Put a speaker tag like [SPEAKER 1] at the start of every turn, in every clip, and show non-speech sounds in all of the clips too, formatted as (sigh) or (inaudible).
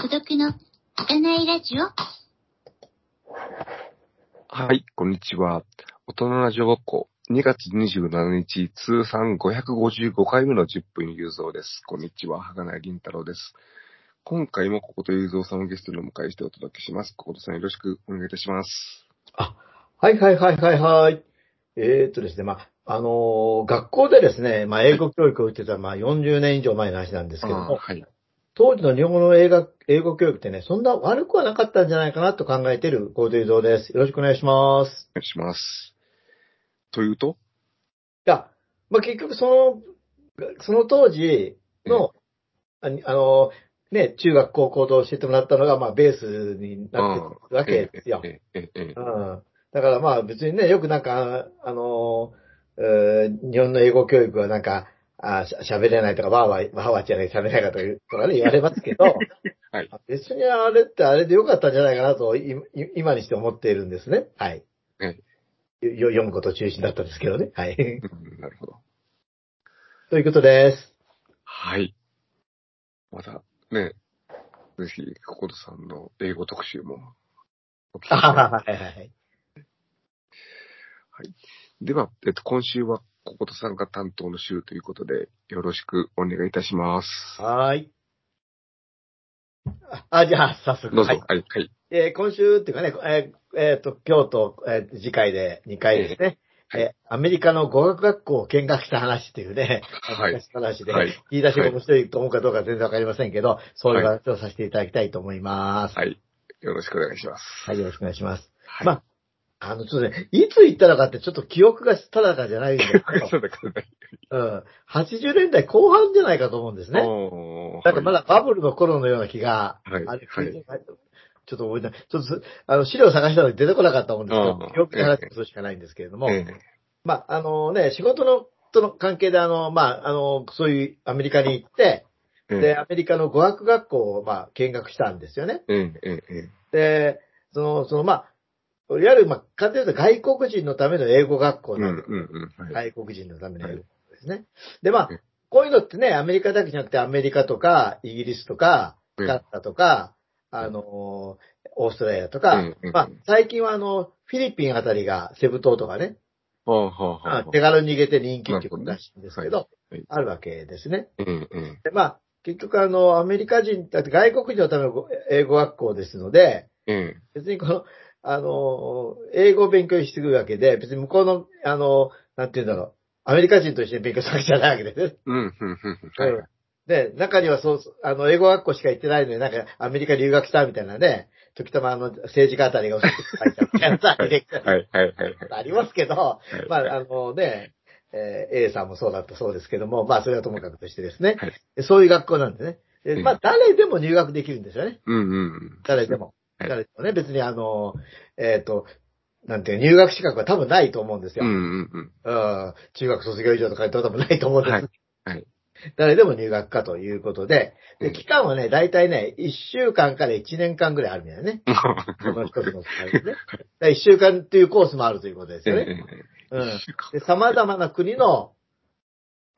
[SPEAKER 1] 孤独のつかないラジオ
[SPEAKER 2] はい、こんにちは。大人ラジオごっこ、2月27日、通算555回目の10分ゆうぞうです。こんにちは、はがなりん太郎です。今回もこことゆうぞうさんをゲストにお迎えしてお届けします。こことさんよろしくお願いいたします。
[SPEAKER 3] はいはいはいはいはい。えーっとですね、まあ、あのー学校でですね、まあ、英語教育を受けてた、まあ、40年以上前の話なんですけど
[SPEAKER 2] あー
[SPEAKER 3] も、
[SPEAKER 2] はい。
[SPEAKER 3] 当時の日本語の英語英語教育ってね、そんな悪くはなかったんじゃないかなと考えている高度堂です。よろしくお願いします。
[SPEAKER 2] お願いします。というと
[SPEAKER 3] いや、まあ、結局その、その当時の、ああのーね、中学高校と教えてもらったのが、まあ、ベースになってくるわけですよ。
[SPEAKER 2] ええええええ
[SPEAKER 3] うんだからまあ別にね、よくなんか、あの、えー日本の英語教育はなんか、あしゃ喋れないとか、わーわー、わーわーじゃない、喋れないかというとかね、言われますけど、
[SPEAKER 2] はい
[SPEAKER 3] 別にあれってあれでよかったんじゃないかなと、いい今にして思っているんですね。はい。
[SPEAKER 2] はい
[SPEAKER 3] よよ読むこと中心だったんですけどね。はい。 (laughs)
[SPEAKER 2] うんなるほど。
[SPEAKER 3] ということです。
[SPEAKER 2] はい。また、ね、ぜひ、こことさんの英語特集もお聞きし
[SPEAKER 3] あ
[SPEAKER 2] たい
[SPEAKER 3] はははいはい。
[SPEAKER 2] では、えっと、今週は、こことさんが担当の週ということで、よろしくお願いいたします。
[SPEAKER 3] (laughs) はーい。ああ、じゃあ、早速。
[SPEAKER 2] どうぞ。
[SPEAKER 3] は
[SPEAKER 2] はいい、はい、
[SPEAKER 3] えー今週っていうかね、えーえーと、今日と、えー次回で2回です
[SPEAKER 2] え
[SPEAKER 3] ね。
[SPEAKER 2] えは
[SPEAKER 3] えーアメリカの語学学校を見学した話っていうね、
[SPEAKER 2] はい
[SPEAKER 3] 昔の話で、
[SPEAKER 2] はい
[SPEAKER 3] 言い出しが面白いと思うかどうか全然わかりませんけど、そういう話をさせていただきたいと思います。は
[SPEAKER 2] はい。よろしくお願いします。
[SPEAKER 3] い、よろしくお願いします。
[SPEAKER 2] はい。
[SPEAKER 3] まあの、ちょっとね、いつ行ったのかってちょっと記憶が定かじゃないんですけ
[SPEAKER 2] あ、 (laughs) そ
[SPEAKER 3] ど、
[SPEAKER 2] うだからね。
[SPEAKER 3] うん、80年代後半じゃないかと思うんですね。
[SPEAKER 2] おー
[SPEAKER 3] なんかまだ
[SPEAKER 2] は
[SPEAKER 3] バブルの頃のような気が、
[SPEAKER 2] はい
[SPEAKER 3] あれ、
[SPEAKER 2] はい
[SPEAKER 3] ちょっと覚えてない。ちょっとす、あの、資料探したのに出てこなかったもんですけ
[SPEAKER 2] あ
[SPEAKER 3] ど
[SPEAKER 2] あ、
[SPEAKER 3] よく話するしかないんですけれども、
[SPEAKER 2] いえ
[SPEAKER 3] まあ、あのね、仕事の、との関係で、あの、まあ、あの、そういうアメリカに行って、
[SPEAKER 2] え
[SPEAKER 3] で、アメリカの語学学校を、まあ、見学したんですよね。
[SPEAKER 2] えええええ
[SPEAKER 3] で、その、その、まあ、いわゆる、まあ、簡単に言うと外国人のための英語学校
[SPEAKER 2] うん、
[SPEAKER 3] なん
[SPEAKER 2] う
[SPEAKER 3] です
[SPEAKER 2] ん、うん。はい。
[SPEAKER 3] 外国人のための英語ですね。で、まあ
[SPEAKER 2] うん、
[SPEAKER 3] こういうのってね、アメリカだけじゃなくて、アメリカとか、イギリスとか、
[SPEAKER 2] うん
[SPEAKER 3] カナダとか、あのー、オーストラリアと
[SPEAKER 2] う
[SPEAKER 3] か
[SPEAKER 2] んうん、
[SPEAKER 3] まあ、最近はあの、フィリピンあたりが、セブ島とかね、
[SPEAKER 2] はあ、はあ、はあ
[SPEAKER 3] まあ
[SPEAKER 2] はあ。
[SPEAKER 3] 手軽に逃げて人気ってことらしいんです
[SPEAKER 2] な
[SPEAKER 3] けど
[SPEAKER 2] るほどねはいはい、
[SPEAKER 3] あるわけですね。
[SPEAKER 2] ええええ
[SPEAKER 3] で、まあ、結局あの、アメリカ人、だって外国人のための英語学校ですので、
[SPEAKER 2] ええ
[SPEAKER 3] 別にこの、あの、英語を勉強してくるわけで、別に向こうの、あの、なんていうんだろう、アメリカ人と一緒に勉強するわけじゃないわけです。
[SPEAKER 2] うん、うん、うん。はいはい。
[SPEAKER 3] で、中にはそう、あの、英語学校しか行ってないのに、なんか、アメリカ留学したみたいなね、時たまあの、政治家あたりが教えて書いたみたいなさ、
[SPEAKER 2] (laughs)
[SPEAKER 3] 履歴が
[SPEAKER 2] はい、はい、はい。はい
[SPEAKER 3] ありますけど、ま
[SPEAKER 2] はい
[SPEAKER 3] あ、あのね、えー A さんもそうだったそうですけども、まあ、それはともかくとしてですね、
[SPEAKER 2] はい
[SPEAKER 3] でそういう学校なんでね。でま
[SPEAKER 2] うん
[SPEAKER 3] あ、誰でも入学できるんですよね。
[SPEAKER 2] うん、うん。
[SPEAKER 3] 誰でも。
[SPEAKER 2] はい
[SPEAKER 3] 誰でもね、別にあの、えっ、と、なんていう、入学資格は多分ないと思うんです
[SPEAKER 2] う
[SPEAKER 3] よ。
[SPEAKER 2] ん、うん、うん。
[SPEAKER 3] うん中学卒業以上とかに多分ないと思うんです。
[SPEAKER 2] はいはい
[SPEAKER 3] 誰でも入学かということで、
[SPEAKER 2] う
[SPEAKER 3] で
[SPEAKER 2] ん
[SPEAKER 3] 期間はね、大体ね、1週間から1年間ぐらいあるみたいな
[SPEAKER 2] (laughs)
[SPEAKER 3] ね。この一つのスタイルでね。1週間っていうコースもあるということで
[SPEAKER 2] (laughs)
[SPEAKER 3] す
[SPEAKER 2] ええ
[SPEAKER 3] よ
[SPEAKER 2] え
[SPEAKER 3] ね。う
[SPEAKER 2] 一
[SPEAKER 3] ん
[SPEAKER 2] 週間。
[SPEAKER 3] で、様々な国の、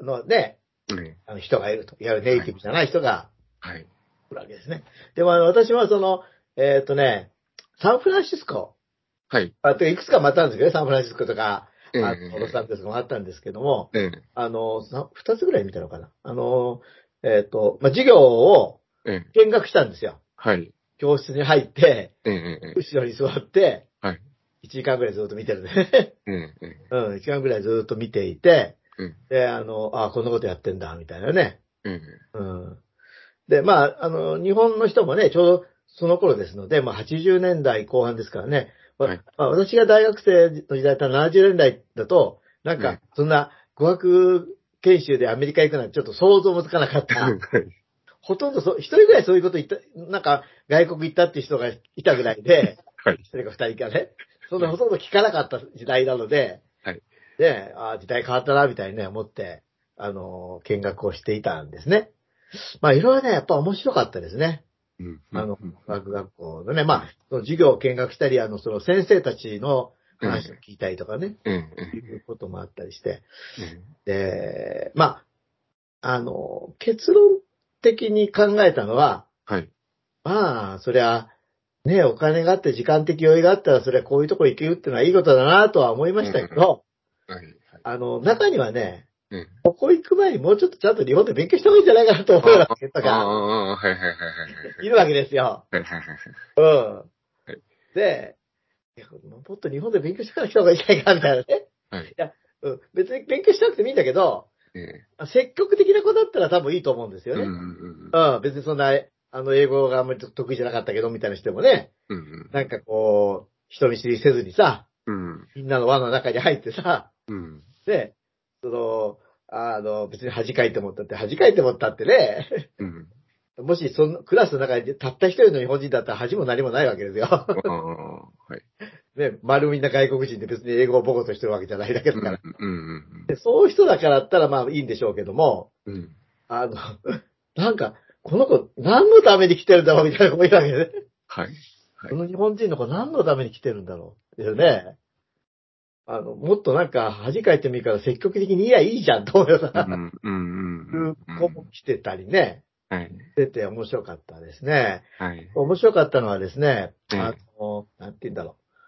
[SPEAKER 3] あのね、
[SPEAKER 2] えええ
[SPEAKER 3] あの人がいると。いわゆるネイティブじゃない人が
[SPEAKER 2] はい。
[SPEAKER 3] いるわけですね。でもあの、私はその、えっ、とね、サンフランシスコ。
[SPEAKER 2] はい。
[SPEAKER 3] あといくつかまたあるんですけどね、サンフランシスコとか、
[SPEAKER 2] ええ
[SPEAKER 3] あのロサンゼルスもあったんですけども、
[SPEAKER 2] ええ
[SPEAKER 3] あの、さ二つぐらい見たのかな。あの、えっ、と、まあ、授業を
[SPEAKER 2] ええ
[SPEAKER 3] 見学したんですよ。
[SPEAKER 2] はい。
[SPEAKER 3] 教室に入って、
[SPEAKER 2] ええええええ
[SPEAKER 3] 後ろに座って、
[SPEAKER 2] はい。
[SPEAKER 3] 1時間ぐらいずっと見てる
[SPEAKER 2] (laughs)
[SPEAKER 3] ね。
[SPEAKER 2] ええええ
[SPEAKER 3] うん、1時間ぐらいずっと見ていて、
[SPEAKER 2] うん
[SPEAKER 3] で、あの、あこんなことやってんだ、みたいなね。
[SPEAKER 2] ええ
[SPEAKER 3] うん。で、まあ、あの、日本の人もね、ちょうどその頃ですので、まあ、80年代後半ですからね、わ
[SPEAKER 2] はい
[SPEAKER 3] まあ、私が大学生の時代だったら70年代だと、なん
[SPEAKER 2] うん
[SPEAKER 3] か、そんな語学研修でアメリカ行くなんてちょっと想像もつかな
[SPEAKER 2] (laughs)
[SPEAKER 3] かった。ほとんどそう、一人ぐらいそういうこと言った、なんか、外国行ったっていう人がいたぐらいで、
[SPEAKER 2] はい。
[SPEAKER 3] 一人か二人かね、そんなほとんど聞かなかった時代なので、
[SPEAKER 2] はい
[SPEAKER 3] で、ああ、時代変わったな、みたいにね、思って、あのー見学をしていたんですね。まあ、いろいろね、やっぱ面白かったですね。
[SPEAKER 2] うん。
[SPEAKER 3] あの
[SPEAKER 2] うん、
[SPEAKER 3] 科学学校のね、まあ、その授業を見学したり、あの、その先生たちの話を聞いたりとかね、
[SPEAKER 2] ええ、ええ
[SPEAKER 3] いうこともあったりして。
[SPEAKER 2] え
[SPEAKER 3] で、まあ、あの、結論的に考えたのは、
[SPEAKER 2] え。はい。
[SPEAKER 3] まあ、そりゃ、ね、お金があって時間的余裕があったら、そりゃこういうとこ行けるってのはいいことだなとは思いましたけど、
[SPEAKER 2] はい。はい。
[SPEAKER 3] あの、中にはね、
[SPEAKER 2] ええ
[SPEAKER 3] ここ行く前にもうちょっとちゃんと日本で勉強した方がいいんじゃないかなと思うような人
[SPEAKER 2] あ
[SPEAKER 3] が
[SPEAKER 2] あ、はいはいはいはい
[SPEAKER 3] いるわけですよ。
[SPEAKER 2] はい。はいはいはい。
[SPEAKER 3] うん
[SPEAKER 2] い。
[SPEAKER 3] で、いやもっと日本で勉強してから来た方がいいんじゃないかみたいなね。
[SPEAKER 2] はい
[SPEAKER 3] や、うん、別に勉強しなくてもいいんだけど、
[SPEAKER 2] ええ。
[SPEAKER 3] 積極的な子だったら多分いいと思うんですよ
[SPEAKER 2] うん
[SPEAKER 3] ね。
[SPEAKER 2] う
[SPEAKER 3] うん。
[SPEAKER 2] ん
[SPEAKER 3] 別にそんな、あの、英語があんまり得意じゃなかったけど、みたいな人もね、
[SPEAKER 2] うん。うん
[SPEAKER 3] なんかこう、人見知りせずにさ、
[SPEAKER 2] うん。
[SPEAKER 3] みんなの輪の中に入ってさ、
[SPEAKER 2] うん。
[SPEAKER 3] で、その、あの、別に恥かいてもったって、恥かいてもったってね、 (laughs)
[SPEAKER 2] うん。
[SPEAKER 3] もしそのクラスの中にたった一人の日本人だったら恥も何もないわけですよ (laughs)
[SPEAKER 2] あ。あ、はい。
[SPEAKER 3] ね、丸みんな外国人で別に英語を母語としてるわけじゃないだけだから。
[SPEAKER 2] うんうん
[SPEAKER 3] でそういう人だからだったらまあいいんでしょうけども、
[SPEAKER 2] うん。うん。
[SPEAKER 3] あの、 (laughs) なんか、この子何のために来てるんだろうみたいな子もいるわけでね。
[SPEAKER 2] はい。
[SPEAKER 3] この日本人の子何のために来てるんだろうですよね。あの、もっとなんか恥かいてもいいから積極的にいやいいじゃんと思うよ
[SPEAKER 2] う
[SPEAKER 3] さ、
[SPEAKER 2] んうん
[SPEAKER 3] い
[SPEAKER 2] うん
[SPEAKER 3] う子も来てたりね、
[SPEAKER 2] はい。
[SPEAKER 3] 出て面白かったですね。
[SPEAKER 2] はい。
[SPEAKER 3] 面白かったのはですね、
[SPEAKER 2] うん
[SPEAKER 3] あの、なんて言うんだろう。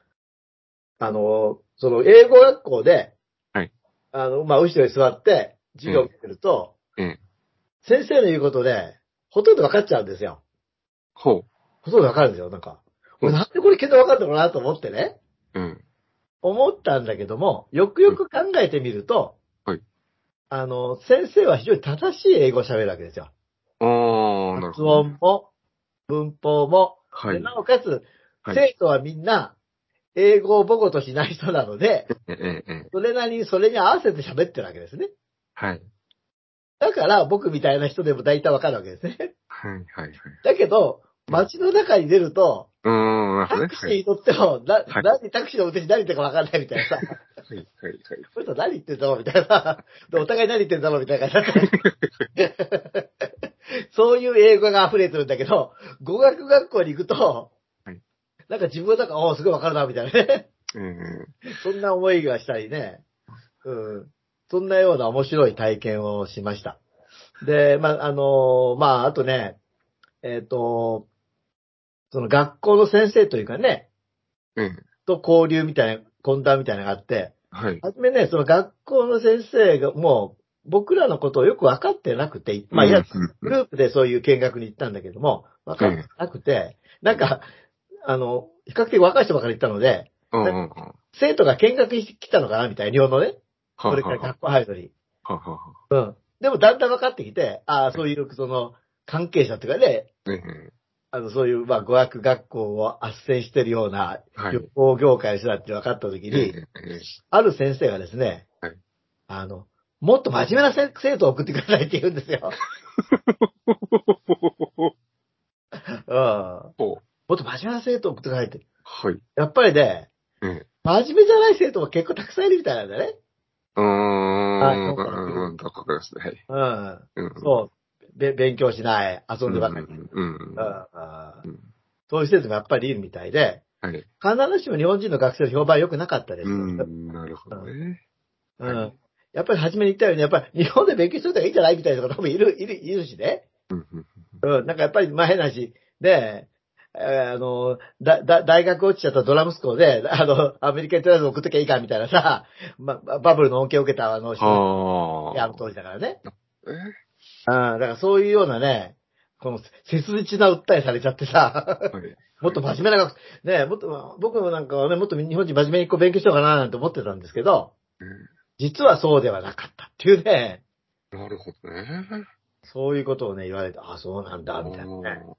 [SPEAKER 3] あの、その、英語学校で、
[SPEAKER 2] はい
[SPEAKER 3] あの、まあ、後ろに座って、授業を見てると、
[SPEAKER 2] うんうん
[SPEAKER 3] 先生の言うことで、ほとんど分かっちゃうんですよ。
[SPEAKER 2] ほ
[SPEAKER 3] ほとんど分かるんですよ、なんか。
[SPEAKER 2] うん
[SPEAKER 3] 俺なんでこれけど分かるのかなと思ってね、
[SPEAKER 2] う。うん。
[SPEAKER 3] 思ったんだけども、よくよく考えてみると、
[SPEAKER 2] うんはい
[SPEAKER 3] あの、先生は非常に正しい英語を喋るわけですよ。
[SPEAKER 2] ああ、なる
[SPEAKER 3] 発
[SPEAKER 2] ほど。
[SPEAKER 3] 音も、文法も、
[SPEAKER 2] は
[SPEAKER 3] で
[SPEAKER 2] い。
[SPEAKER 3] なおかつ、
[SPEAKER 2] はい
[SPEAKER 3] 生徒はみんな、英語を母語としない人な
[SPEAKER 2] (laughs)
[SPEAKER 3] ので、
[SPEAKER 2] ええ、ええ。
[SPEAKER 3] それなりにそれに合わせて喋ってるわけですね。
[SPEAKER 2] はい。
[SPEAKER 3] だから、僕みたいな人でも大体わかるわけですね。 (laughs)
[SPEAKER 2] はい、はい、はい。
[SPEAKER 3] だけど、街の中に出ると、
[SPEAKER 2] うーん、なるほ
[SPEAKER 3] タ
[SPEAKER 2] どね。
[SPEAKER 3] クシ
[SPEAKER 2] は
[SPEAKER 3] ー
[SPEAKER 2] い。
[SPEAKER 3] に乗っても、な、
[SPEAKER 2] はい
[SPEAKER 3] 何、タクシーの運転手何言ってるかわかんないみたいなさ、
[SPEAKER 2] はい、はい、はい。
[SPEAKER 3] これと何言ってんだろうみたいな、 (laughs) で、お互い何言ってんだろうみたいな (laughs) 感じになって。そういう英語が溢れてるんだけど、語学学校に行くと
[SPEAKER 2] はい、
[SPEAKER 3] なんか自分なんか、おーすごいわかるな、みたいなね。
[SPEAKER 2] (laughs) ええ。
[SPEAKER 3] そんな思いがしたりね。うん。そんなような面白い体験をしました。で、まあ、あの、まあ、あとね、えっ、と、その学校の先生というかね、
[SPEAKER 2] ええ。
[SPEAKER 3] と交流みたいな、懇談みたいなのがあって、
[SPEAKER 2] はい。
[SPEAKER 3] はじめね、その学校の先生がもう僕らのことをよく分かってなくて、まあ、いや、
[SPEAKER 2] うん
[SPEAKER 3] グループでそういう見学に行ったんだけども、分かってなくて、なんか、あの、比較的若い人ばかり行ったので、
[SPEAKER 2] うんうんうん。は
[SPEAKER 3] 生徒が見学に来たのかなみたいな、日本のね。
[SPEAKER 2] あ
[SPEAKER 3] これか
[SPEAKER 2] は
[SPEAKER 3] ら学校入るのに。
[SPEAKER 2] あはあは
[SPEAKER 3] でもだんだん分かってきて、ああ、そういう、その、関係者というかね、
[SPEAKER 2] あ。え
[SPEAKER 3] あの、そういう、まあ、語学学校を斡旋してるような、
[SPEAKER 2] え。はい
[SPEAKER 3] 旅。行業界の人だって分かったとき
[SPEAKER 2] え
[SPEAKER 3] に、
[SPEAKER 2] えええ
[SPEAKER 3] ある先生がですね、
[SPEAKER 2] はい
[SPEAKER 3] あの、もっと真面目なせ生徒を送ってくださいって言うんですよ。うん。も
[SPEAKER 2] ほう。
[SPEAKER 3] っと真面目な生徒を送ってくださいって。
[SPEAKER 2] はい。
[SPEAKER 3] やっぱりね、
[SPEAKER 2] ええ。
[SPEAKER 3] 真面目じゃない生徒も結構たくさんいるみたいなんだね。
[SPEAKER 2] うー
[SPEAKER 3] はい
[SPEAKER 2] ん。
[SPEAKER 3] そうか
[SPEAKER 2] うん。かっこいいですね。はい。
[SPEAKER 3] うん。
[SPEAKER 2] うん。
[SPEAKER 3] そう。べ勉強しない、遊んでばかり。
[SPEAKER 2] うんうん。は
[SPEAKER 3] ああ
[SPEAKER 2] うん
[SPEAKER 3] そういう施設もやっぱりいるみたいで、
[SPEAKER 2] い。
[SPEAKER 3] 必ずしも日本人の学生の評判良くなかったです。
[SPEAKER 2] う
[SPEAKER 3] うん
[SPEAKER 2] ん。なるほどね。はい
[SPEAKER 3] やっぱり初めに言ったように、やっぱり日本で勉強しといた方がいいんじゃないみたいな人もいる、いる、いるしね。
[SPEAKER 2] うんうん。
[SPEAKER 3] うん、なんかやっぱり、まあ変な話、で、えーあの、だ、だ、大学落ちちゃったドラムスコで、あの、アメリカにとりあえず送っときゃいいかみたいなさ、ま、バブルの恩恵を受けたあの人
[SPEAKER 2] は
[SPEAKER 3] やる
[SPEAKER 2] あ。
[SPEAKER 3] 当時だからね。
[SPEAKER 2] え
[SPEAKER 3] うん、だからそういうようなね、この切実な訴えされちゃってさ、 (laughs)
[SPEAKER 2] はい。
[SPEAKER 3] もっと真面目な学生、ねえもっと、僕もなんかはね、もっと日本人真面目にこう勉強しようかななんて思ってたんですけど、実はそうではなかったっていうね、
[SPEAKER 2] なるほどね。
[SPEAKER 3] そういうことをね、言われて、あ、そうなんだ、みたい
[SPEAKER 2] お
[SPEAKER 3] なね、
[SPEAKER 2] ー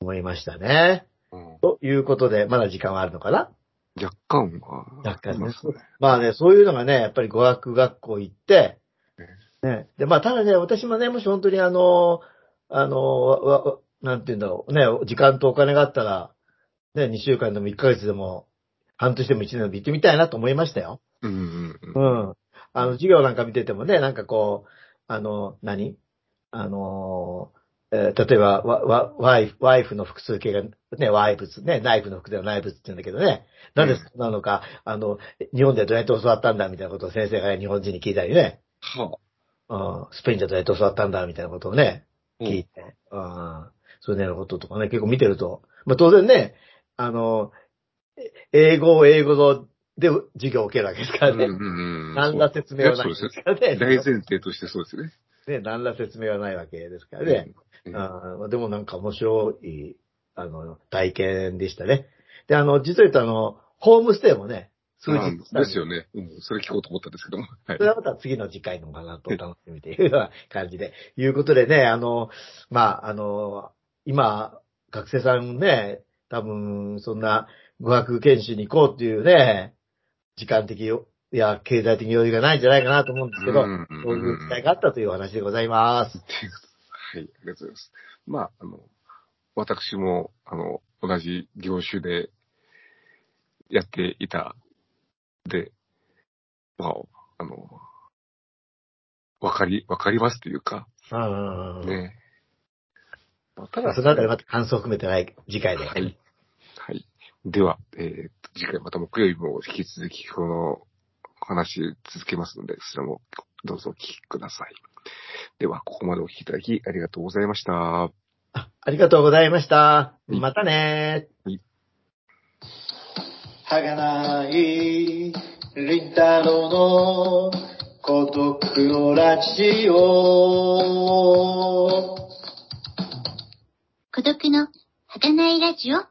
[SPEAKER 3] 思いましたね。
[SPEAKER 2] うん
[SPEAKER 3] ということで、まだ時間はあるのかな
[SPEAKER 2] 若干は。
[SPEAKER 3] 若干
[SPEAKER 2] ね
[SPEAKER 3] ね。まあね、そういうのがね、やっぱり語学学校行って、ね、で、まあただね、私もね、もし本当にあの、あの、わわなんて言うんだろう、ね、時間とお金があったら、ね、2週間でも1ヶ月でも、半年でも1年でも行ってみたいなと思いましたよ。
[SPEAKER 2] うんうんうん。
[SPEAKER 3] うん。あの、授業なんか見ててもね、なんかこう、あの、何あのえー例えば、わ、わ、ワイフ、ワイフの複数形が、ね、ワイブツ、ね、ナイフの複数形はナイブツって言うんだけどね。なんでそうなのか、あの、日本ではどうやって教わったんだみたいなことを先生が日本人に聞いたりね。
[SPEAKER 2] はあ。
[SPEAKER 3] うん、スペインではどうやって教わったんだみたいなことをね、
[SPEAKER 2] うん
[SPEAKER 3] 聞いて。うん、そういうようなこととかね、結構見てると。まあ当然ね、あの、え英語を英語ので授業を受けるわけですからね。
[SPEAKER 2] うんうんうん。
[SPEAKER 3] 何ら説明はない
[SPEAKER 2] そうです
[SPEAKER 3] です
[SPEAKER 2] ね。
[SPEAKER 3] からね。
[SPEAKER 2] 大前提としてそうですね。
[SPEAKER 3] ね、何ら説明はないわけですからね。
[SPEAKER 2] うん
[SPEAKER 3] あーでもなんか面白い、あの、体験でしたね。で、あの、実は言うとあの、ホームステイもね、数
[SPEAKER 2] あ
[SPEAKER 3] 日したん
[SPEAKER 2] ですよね。うん。それ聞こうと思ったんですけども。 (laughs) はい
[SPEAKER 3] そ。れはまた次の次回のお話とお楽しみというような感じで。いうことでね、あの、まあ、あの、今、学生さんね、多分、そんな、語学研修に行こうっていうね、時間的よ、いや、経済的余裕がないんじゃないかなと思うんですけど、
[SPEAKER 2] うんうんうんうん
[SPEAKER 3] そういう期待があったというお話でございます。
[SPEAKER 2] はい、ありがとうございます。まあ、あの、私も、あの、同じ業種でやっていた、で、まあ、あの、わかり、わかりますというか、
[SPEAKER 3] うんうんうん。
[SPEAKER 2] ね。まあた
[SPEAKER 3] まあ
[SPEAKER 2] だ
[SPEAKER 3] そのあたりまた感想を含めてない次回で。
[SPEAKER 2] はい。はい。では、えーと次回また木曜日も引き続きこの話続けますので、そちらもどうぞお聞きください。では、ここまでお聞きいただきありがとうございました。
[SPEAKER 3] あありがとうございました。
[SPEAKER 2] い
[SPEAKER 3] またね
[SPEAKER 2] はい。
[SPEAKER 4] はがない、りんたろうの孤独のラジオ。
[SPEAKER 1] 孤独の儚いラジオ